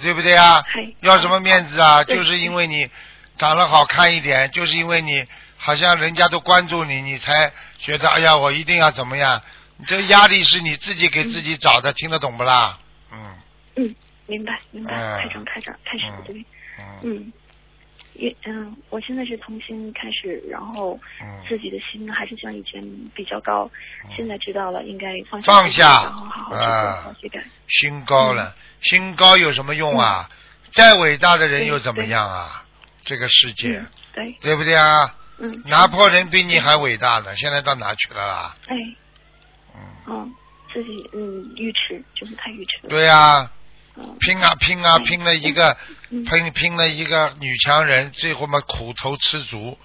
S1: 对不对啊？
S4: 哎，
S1: 要什么面子啊？
S4: 对
S1: 就是因为你长得好看一点，就是因为你好像人家都关注你，你才觉得哎呀，我一定要怎么样？你这压力是你自己给自己找的，听得懂不啦？嗯
S4: 明白，明白，
S1: 嗯
S4: 开张开张开始
S1: 嗯
S4: 对，
S1: 嗯，
S4: 嗯，也嗯，我现在是从新开始，然后
S1: 嗯
S4: 自己的心还是像以前比较高，现在知道了应该放下
S1: 放下
S4: 然后好好去
S1: 啊
S4: 做好这个。
S1: 心高了，
S4: 嗯
S1: 心高有什么用啊？再伟大的人又怎么样啊？这个世界，
S4: 嗯，对，
S1: 对不对啊？
S4: 嗯，
S1: 拿破仑比你还伟大呢，现在到哪去了啦？
S4: 哎，
S1: 嗯，
S4: 嗯，自己嗯愚痴，就是太愚痴了。
S1: 对啊，
S4: 嗯
S1: 拼啊拼啊，拼了一个
S4: 嗯
S1: 拼拼了一个女强人，最后嘛苦头吃足，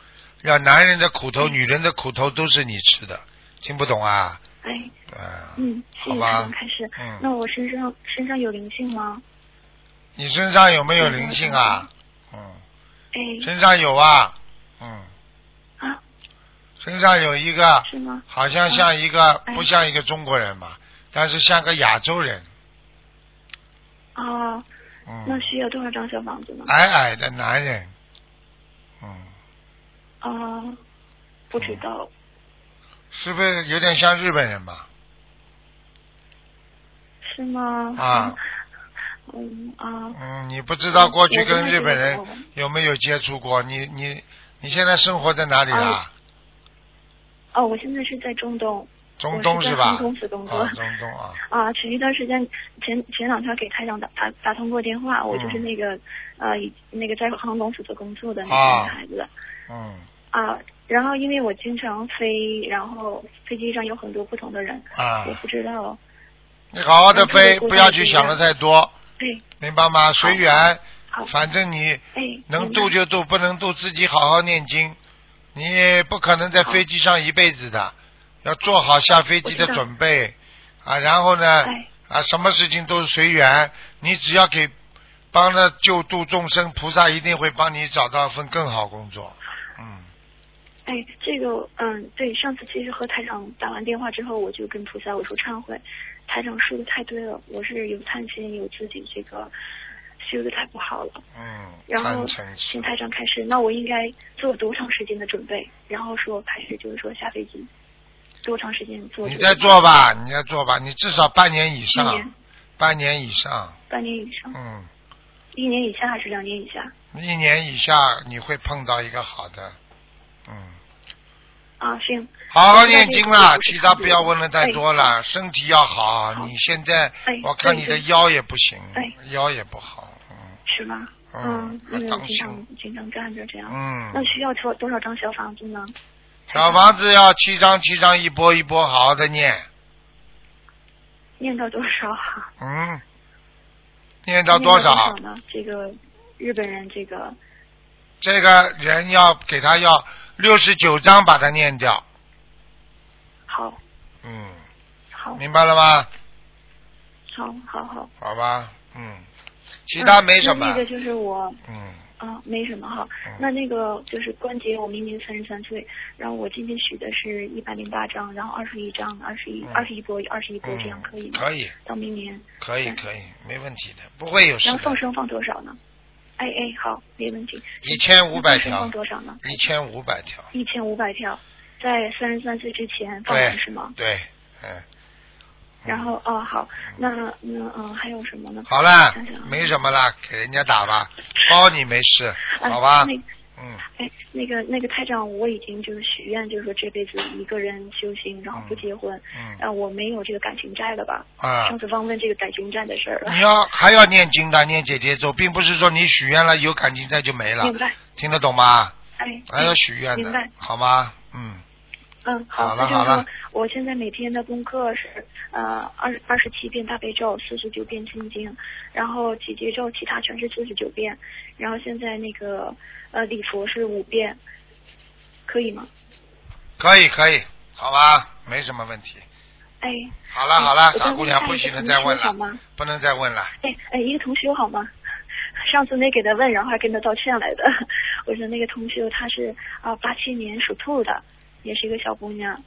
S1: 要男人的苦
S4: 嗯
S1: 头、女人的苦头都是你吃的，听不懂啊？
S4: 哎，
S1: 啊，
S4: 嗯，谢
S1: 好
S4: 谢
S1: 吧
S4: 台长开始。
S1: 嗯
S4: 那我身上身上有灵性吗？
S1: 你身上有没有灵性啊？嗯，
S4: 哎，
S1: 身上有啊，嗯，
S4: 啊，
S1: 身上有一个，
S4: 是吗？
S1: 好像像一个
S4: 哎
S1: 不像一个中国人吧，但是像个亚洲人，
S4: 啊，那
S1: 嗯，
S4: 需要多少张小房子呢？
S1: 矮矮的男人，嗯，
S4: 啊，不知道。
S1: 是不是有点像日本人吧？
S4: 是吗？
S1: 啊，
S4: 嗯啊，
S1: 嗯，你不知道过去跟日本
S4: 我不太
S1: 人有没有接触过？你你你现在生活在哪里啦
S4: 啊？哦，我现在是在中东
S1: 中东
S4: 我是在
S1: 吧？
S4: 中东是中东
S1: 啊，中东 啊，
S4: 啊。前一段时间，前前两天给台长打打打通过电话，我就是
S1: 嗯
S4: 那个、呃以那个在航空公司做工作的那
S1: 啊
S4: 个女孩子
S1: 嗯
S4: 啊然后因为我经常飞，然后飞机上有很多不同的人，
S1: 啊
S4: 我，不知道。
S1: 你好好的飞，
S4: 那这个
S1: 不要去想的太多，
S4: 哎，
S1: 明白吗？随缘，
S4: 好，
S1: 反正你
S4: 哎，
S1: 能
S4: 明白
S1: 渡就渡，不能渡自己好好念经。你也不可能在飞机上一辈子的，要做好下飞机的
S4: 我知道
S1: 准备啊。然后呢，
S4: 哎，
S1: 啊，什么事情都是随缘，你只要给帮着救度众生，菩萨一定会帮你找到份更好工作。嗯，
S4: 哎，这个嗯，对，上次其实和台长打完电话之后，我就跟菩萨我说忏悔，台长说的太对了，我是有贪心，有自己这个修的太不好了。
S1: 嗯，
S4: 然后
S1: 看层次
S4: 请，台长开始，那我应该做多长时间的准备？然后说开始就是说下飞机，多长时间做？
S1: 你再做，吧，你再做吧，你至少半年以
S4: 一
S1: 上，
S4: 年、
S1: 半年以上，
S4: 半年以上，
S1: 嗯，
S4: 一年以下还是两年以下？
S1: 一年以下你会碰到一个好的，嗯，
S4: 啊，行，
S1: 好好念经啦，
S4: 我知
S1: 其他
S4: 道这个
S1: 不要问的太多
S4: 哎
S1: 了，身体要好。
S4: 好
S1: 你现在
S4: 哎
S1: 我看你的
S4: 对对
S1: 腰也不行
S4: 哎，
S1: 腰也不好，嗯
S4: 是吗？
S1: 嗯
S4: 嗯，
S1: 要
S4: 因为我
S1: 当心
S4: 经常经常干着这样。
S1: 嗯。
S4: 那需要多多少张小房子呢？
S1: 小房子要七张七张一波一波好好的念，
S4: 念到多少？啊
S1: 嗯，念到
S4: 到
S1: 多
S4: 少
S1: 少？
S4: 呢？这个日本人这个
S1: 这个人要给他要六十九张把它念掉，
S4: 好，
S1: 嗯，
S4: 好，
S1: 明白了吗？
S4: 好，好好。
S1: 好吧，嗯，其他没什
S4: 嗯那
S1: 么
S4: 那，个就是我
S1: 嗯，
S4: 啊，没什么哈
S1: 嗯。
S4: 那那个就是关节，我明年三十三岁，然后我今天许的是一百零八张，然后二十一张，二十一
S1: 嗯
S4: 二十一波，二十一波，
S1: 嗯
S4: 这样可以吗？
S1: 可以，
S4: 到明年，
S1: 可以，
S4: 嗯
S1: 可以，没问题的，不会有事
S4: 然后放
S1: 的，
S4: 生放多少呢？哎哎，好，没问题。
S1: 一千五百
S4: 那放生
S1: 条
S4: 放，多少呢？
S1: 一千五百条，
S4: 一千五百条，在三十三岁之前放
S1: 对
S4: 完是吗？
S1: 对，嗯，
S4: 然后哦，好，那那嗯，还有什么呢？
S1: 好了
S4: 想想，啊
S1: 没什么了，给人家打吧，包你没事，好吧
S4: 啊、那，
S1: 嗯。
S4: 哎，那个那个太长，我已经就是许愿，就是说这辈子一个人修行，然后不结婚。
S1: 嗯嗯
S4: 啊，我没有这个感情债了吧？
S1: 啊
S4: 上次忘问这个感情债的事儿了
S1: 你。要还要念经的，念姐姐咒，并不是说你许愿了有感情债就没了
S4: 明，白。
S1: 听得懂吗？
S4: 哎，
S1: 还要许愿
S4: 明
S1: 的
S4: 白，
S1: 好吗？嗯，
S4: 嗯，
S1: 好了
S4: 那就是
S1: 好了
S4: 说，我现在每天的功课是呃二二十七遍大悲咒，四十九遍心经，然后几节咒，其他全是四十九遍，然后现在那个呃礼佛是五遍，可以吗？
S1: 可以可以，好吧，没什么问题。
S4: 哎，
S1: 好了好了，
S4: 我再
S1: 傻姑娘不
S4: 问一
S1: 许
S4: 下
S1: 能
S4: 你
S1: 再问
S4: 说好
S1: 了，
S4: 吗？
S1: 不能再问了。
S4: 哎哎，一个同修好吗？ 上次没给他问，然后还跟他道歉来的。 我说那个同修她是啊八七年属兔的，也是一个小姑娘。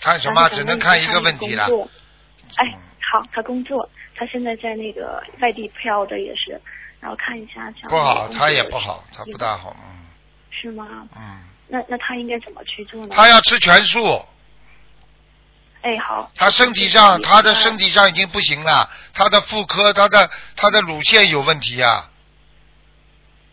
S1: 看什么？
S4: 她
S1: 只
S4: 想
S1: 能
S4: 问
S1: 看
S4: 一
S1: 一
S4: 下
S1: 个
S4: 她的
S1: 问题了
S4: 工。作。哎
S1: 嗯，
S4: 好，她工作，她现在在那个外地漂着也是，然后看一下想
S1: 不好，
S4: 工作
S1: 她也
S4: 的
S1: 不好，她不大好，嗯
S4: 是吗？
S1: 嗯，
S4: 那那她应该怎么去做呢？
S1: 她要吃全素，
S4: 哎好，
S1: 她身体
S4: 嗯
S1: 上她的身
S4: 体
S1: 体上已经不啊行了，她的妇科、她的她的乳腺有问题呀、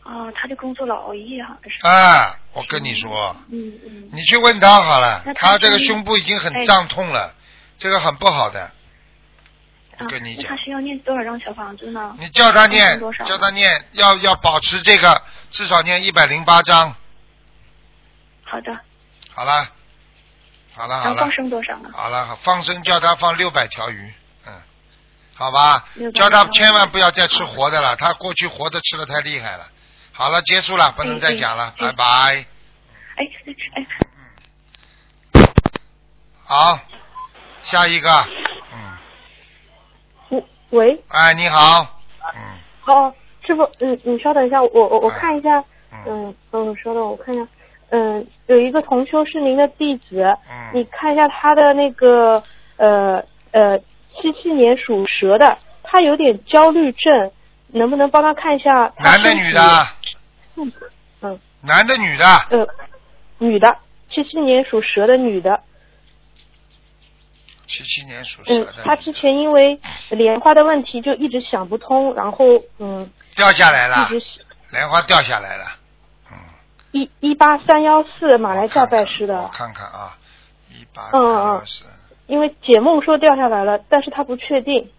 S4: 啊、啊，他的工作老熬夜好像是。
S1: 啊，我跟你说，
S4: 嗯嗯。
S1: 你去问他好了
S4: 那，他哎
S1: 他这个
S4: 是
S1: 胸部已经很胀痛了，这个很不好的。我
S4: 啊，
S1: 跟你
S4: 那
S1: 讲
S4: 他，需要念多少张小房子呢？
S1: 你叫他念
S4: 念多，少啊
S1: 叫他念，要要保持这个，至少念一百零八章。
S4: 好的，
S1: 好了，好了，好
S4: 然后
S1: 了
S4: 放，生多少呢？
S1: 好了，放生叫他放六百条鱼，嗯，好吧
S4: 600，
S1: 叫他
S4: 条鱼
S1: 千万不要再吃活的了，他过去活的吃的太厉害了。好了，结束了，不能
S4: 嗯
S1: 再
S4: 嗯
S1: 讲了，
S4: 嗯
S1: 拜拜。
S4: 哎哎，
S1: 好，下一个，嗯，
S5: 喂，
S1: 哎，你好，嗯
S5: 哦，师傅，嗯，你稍等一下，我我我
S1: 哎
S5: 看一下，
S1: 嗯
S5: 嗯，嗯，稍等，我看一下，嗯，有一个同修是您的弟子，你
S1: 嗯，
S5: 看一下他的那个呃呃七七年属蛇的，他有点焦虑症，能不能帮他看一下？
S1: 男的女的？啊？
S5: 嗯
S1: 男的女的，
S5: 呃，女的，七七年属蛇的女的。
S1: 七七年属蛇
S5: 嗯
S1: 的，，
S5: 她之前因为莲花的问题就一直想不通，然后嗯
S1: 掉下来
S5: 一
S1: 了，
S5: 直
S1: 莲花掉下来了，嗯，
S5: 一一八三幺四马来教拜师
S1: 我
S5: 的，
S1: 看看啊，一八三
S5: 嗯
S1: 幺
S5: 嗯
S1: 四，
S5: 因为解梦说掉下来了，但是她不确定。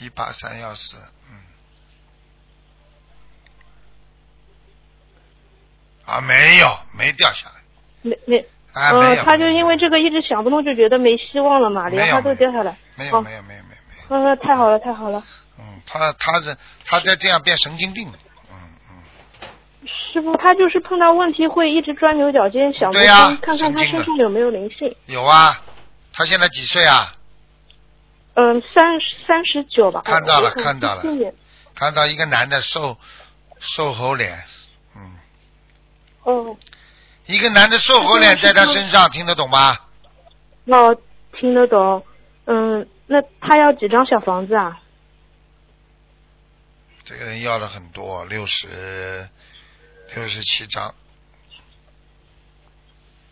S1: 一八三幺四，嗯，啊，没有，没掉下来，
S5: 没没，
S1: 啊，
S5: 嗯、
S1: 没有，
S5: 她就因为这个一直想不通，就觉得没希望了嘛，
S1: 没有
S5: 莲花都掉下来。
S1: 没有，
S5: 哦
S1: 没有，没有，没有，没有，
S5: 嗯、太好了，太好了。
S1: 嗯，他他是他再这样变神经病了，嗯嗯。
S5: 师傅，他就是碰到问题会一直钻牛角尖，想不
S1: 对
S5: 通，
S1: 呀
S5: 看看他
S1: 神经啊
S5: 身
S1: 的
S5: 上有没有灵性。
S1: 有啊，他现在几岁啊？
S5: 嗯，三三十九吧。哎
S1: 看到了
S5: 我我
S1: 看到了
S5: 谢谢你
S1: 看到一个男的瘦瘦猴脸，嗯，
S5: 哦，
S1: 一个男的瘦猴脸在他身上，听得懂吗？
S5: 那听得懂。嗯，那他要几张小房子啊？
S1: 这个人要了很多，六十六十七张，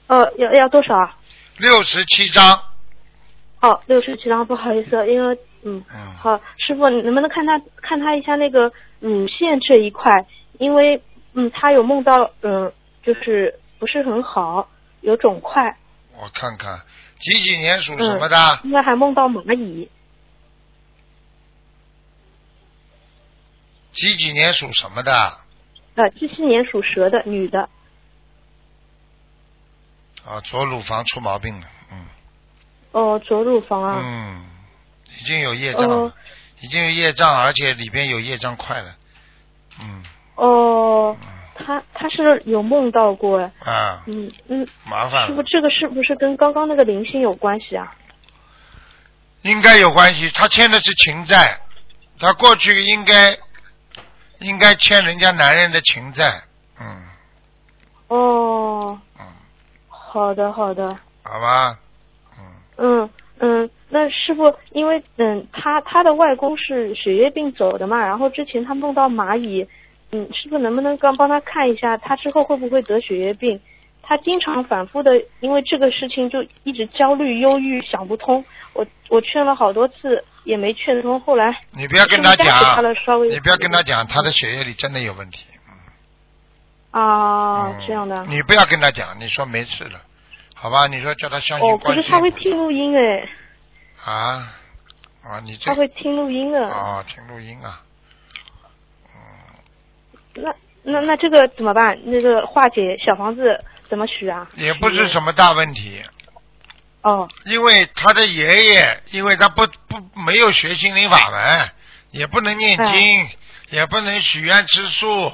S5: 呃，要要多少啊？
S1: 六十七张，
S5: 哦，六十七张，不好意思，因为嗯，
S1: 嗯，
S5: 好，师傅，你能不能看他看他一下那个乳腺这一块？因为嗯，他有梦到嗯，就是不是很好，有肿块，
S1: 我看看几几年属什么的？
S5: 应该还梦到蚂蚁。
S1: 几几年属什么的？
S5: 呃，七七年属蛇的女的，
S1: 啊，左乳房出毛病了，嗯
S5: 哦，左乳房啊，
S1: 嗯，已经有业障
S5: 哦
S1: 了，已经有业障，而且里边有业障块了，嗯
S5: 哦，她她是有梦到过哎，
S1: 啊，
S5: 嗯嗯，
S1: 麻烦
S5: 师
S1: 了
S5: 傅，。这个是不是跟刚刚那个灵性有关系啊？
S1: 应该有关系。他欠的是情债，他过去应该应该欠人家男人的情债。嗯
S5: 哦，
S1: 嗯，
S5: 好的好的，
S1: 好吧，嗯，
S5: 嗯嗯，那师傅，因为嗯，她她的外公是血液病走的嘛，然后之前她梦到蚂蚁，嗯，师傅能不能刚帮她看一下，她之后会不会得血液病？她经常反复的因为这个事情就一直焦虑、忧郁、想不通，我我劝了好多次也没劝通，后来
S1: 你不要跟他
S5: 师傅带着她
S1: 讲
S5: 了，稍微
S1: 你不要跟他讲，他的血液里真的有问题。
S5: 啊、
S1: 嗯
S5: 这样的，
S1: 你不要跟他讲，你说没事了，好吧？你说叫他相信，
S5: 哦可
S1: 关
S5: 是
S1: 系
S5: 她会听录音哎，
S1: 啊啊，你这
S5: 她会听录音的，
S1: 啊听录音啊，
S5: 那那那这个怎么办？那个化解小房子怎么许啊？
S1: 也不是什么大问题。
S5: 哦。
S1: 因为他的爷爷，因为他不不没有学心灵法门，也不能念经，也不能许愿吃素，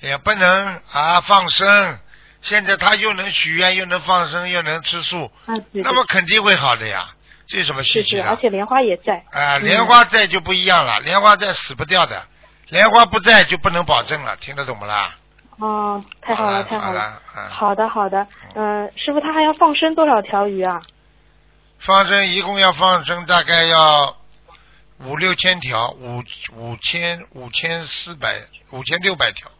S1: 也不能啊放生。现在他又能许愿，又能放生，又能吃素，
S5: 啊，对
S1: 那么肯定会好的呀。这有什么稀
S5: 是
S1: 奇
S5: 是，
S1: 的？
S5: 而且莲花也在。
S1: 啊，
S5: 嗯
S1: 莲花在就不一样了，莲花在死不掉的，莲花不在就不能保证了，听得懂不啦？
S5: 哦，太好
S1: 好
S5: 了，
S1: 了
S5: 太好
S1: 好
S5: 了。
S1: 了，嗯，
S5: 好的，好的。嗯、师傅，他还要放生多少条鱼啊？
S1: 放生一共要放生大概要五六千条，五五千五千四百五千六百条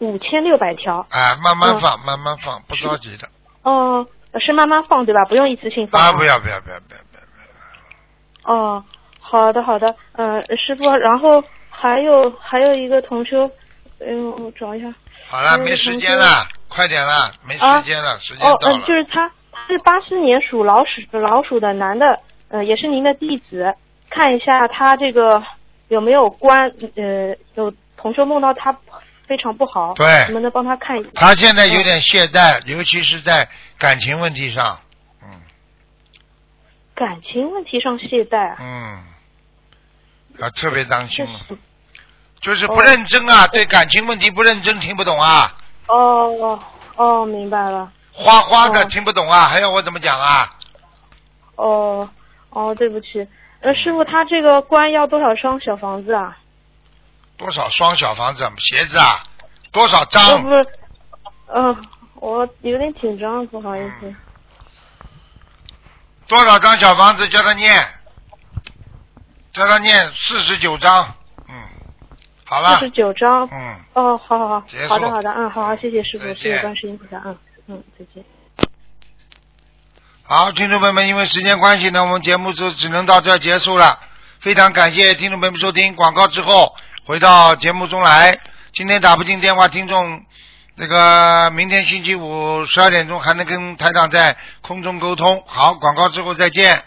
S5: 五千六百条。
S1: 啊，慢慢
S5: 嗯
S1: 放，慢慢放，不着急的
S5: 哦、是慢慢放对吧？不用一次性放。
S1: 啊，不。要不要不要不要不要，
S5: 呃哦，好的，好的。嗯、师傅，然后还有还有一个同修，嗯，我找一下。
S1: 好
S5: 嗯
S1: 了，没时间了，快点了，没时间了，时间
S5: 啊哦，
S1: 到
S5: 嗯、
S1: 了。
S5: 就是他，他是八四年属老鼠老鼠的男的，呃，也是您的弟子，看一下他这个有没有关，呃，有同修梦到他非常不好，
S1: 对
S5: 能不能帮他看一下？
S1: 他现在有点懈怠，尤其是在感情问题上。嗯
S5: 感情问题上懈怠啊，
S1: 嗯，要特别当心了，
S5: 是
S1: 就是不认真啊，对感情问题不认真，听不懂啊，
S5: 哦哦哦，明白了，
S1: 花花的
S5: 哦
S1: 听不懂啊，还要我怎么讲啊？
S5: 哦哦，对不起，呃，师傅，他这个关要多少双小房子啊？
S1: 多少双小房子，鞋子啊，多少
S5: 要
S1: 张
S5: 不，嗯、我有点紧张，不好意思。
S1: 多少张小房子，叫他念，叫他念四十九张，嗯，好了
S5: 四，十九张，
S1: 嗯，
S5: 哦，好好好
S1: 结，束
S5: 好的好的，嗯，好好，谢谢师傅
S1: 再，见
S5: 谢谢观世音菩萨，嗯嗯，再见。
S1: 好，听众朋友们，因为时间关系呢，我们节目就只能到这儿结束了。非常感谢听众朋友们收听广告之后回到节目中来。今天打不进电话，听众那个明天星期五十二点钟还能跟台长在空中沟通。好，广告之后再见。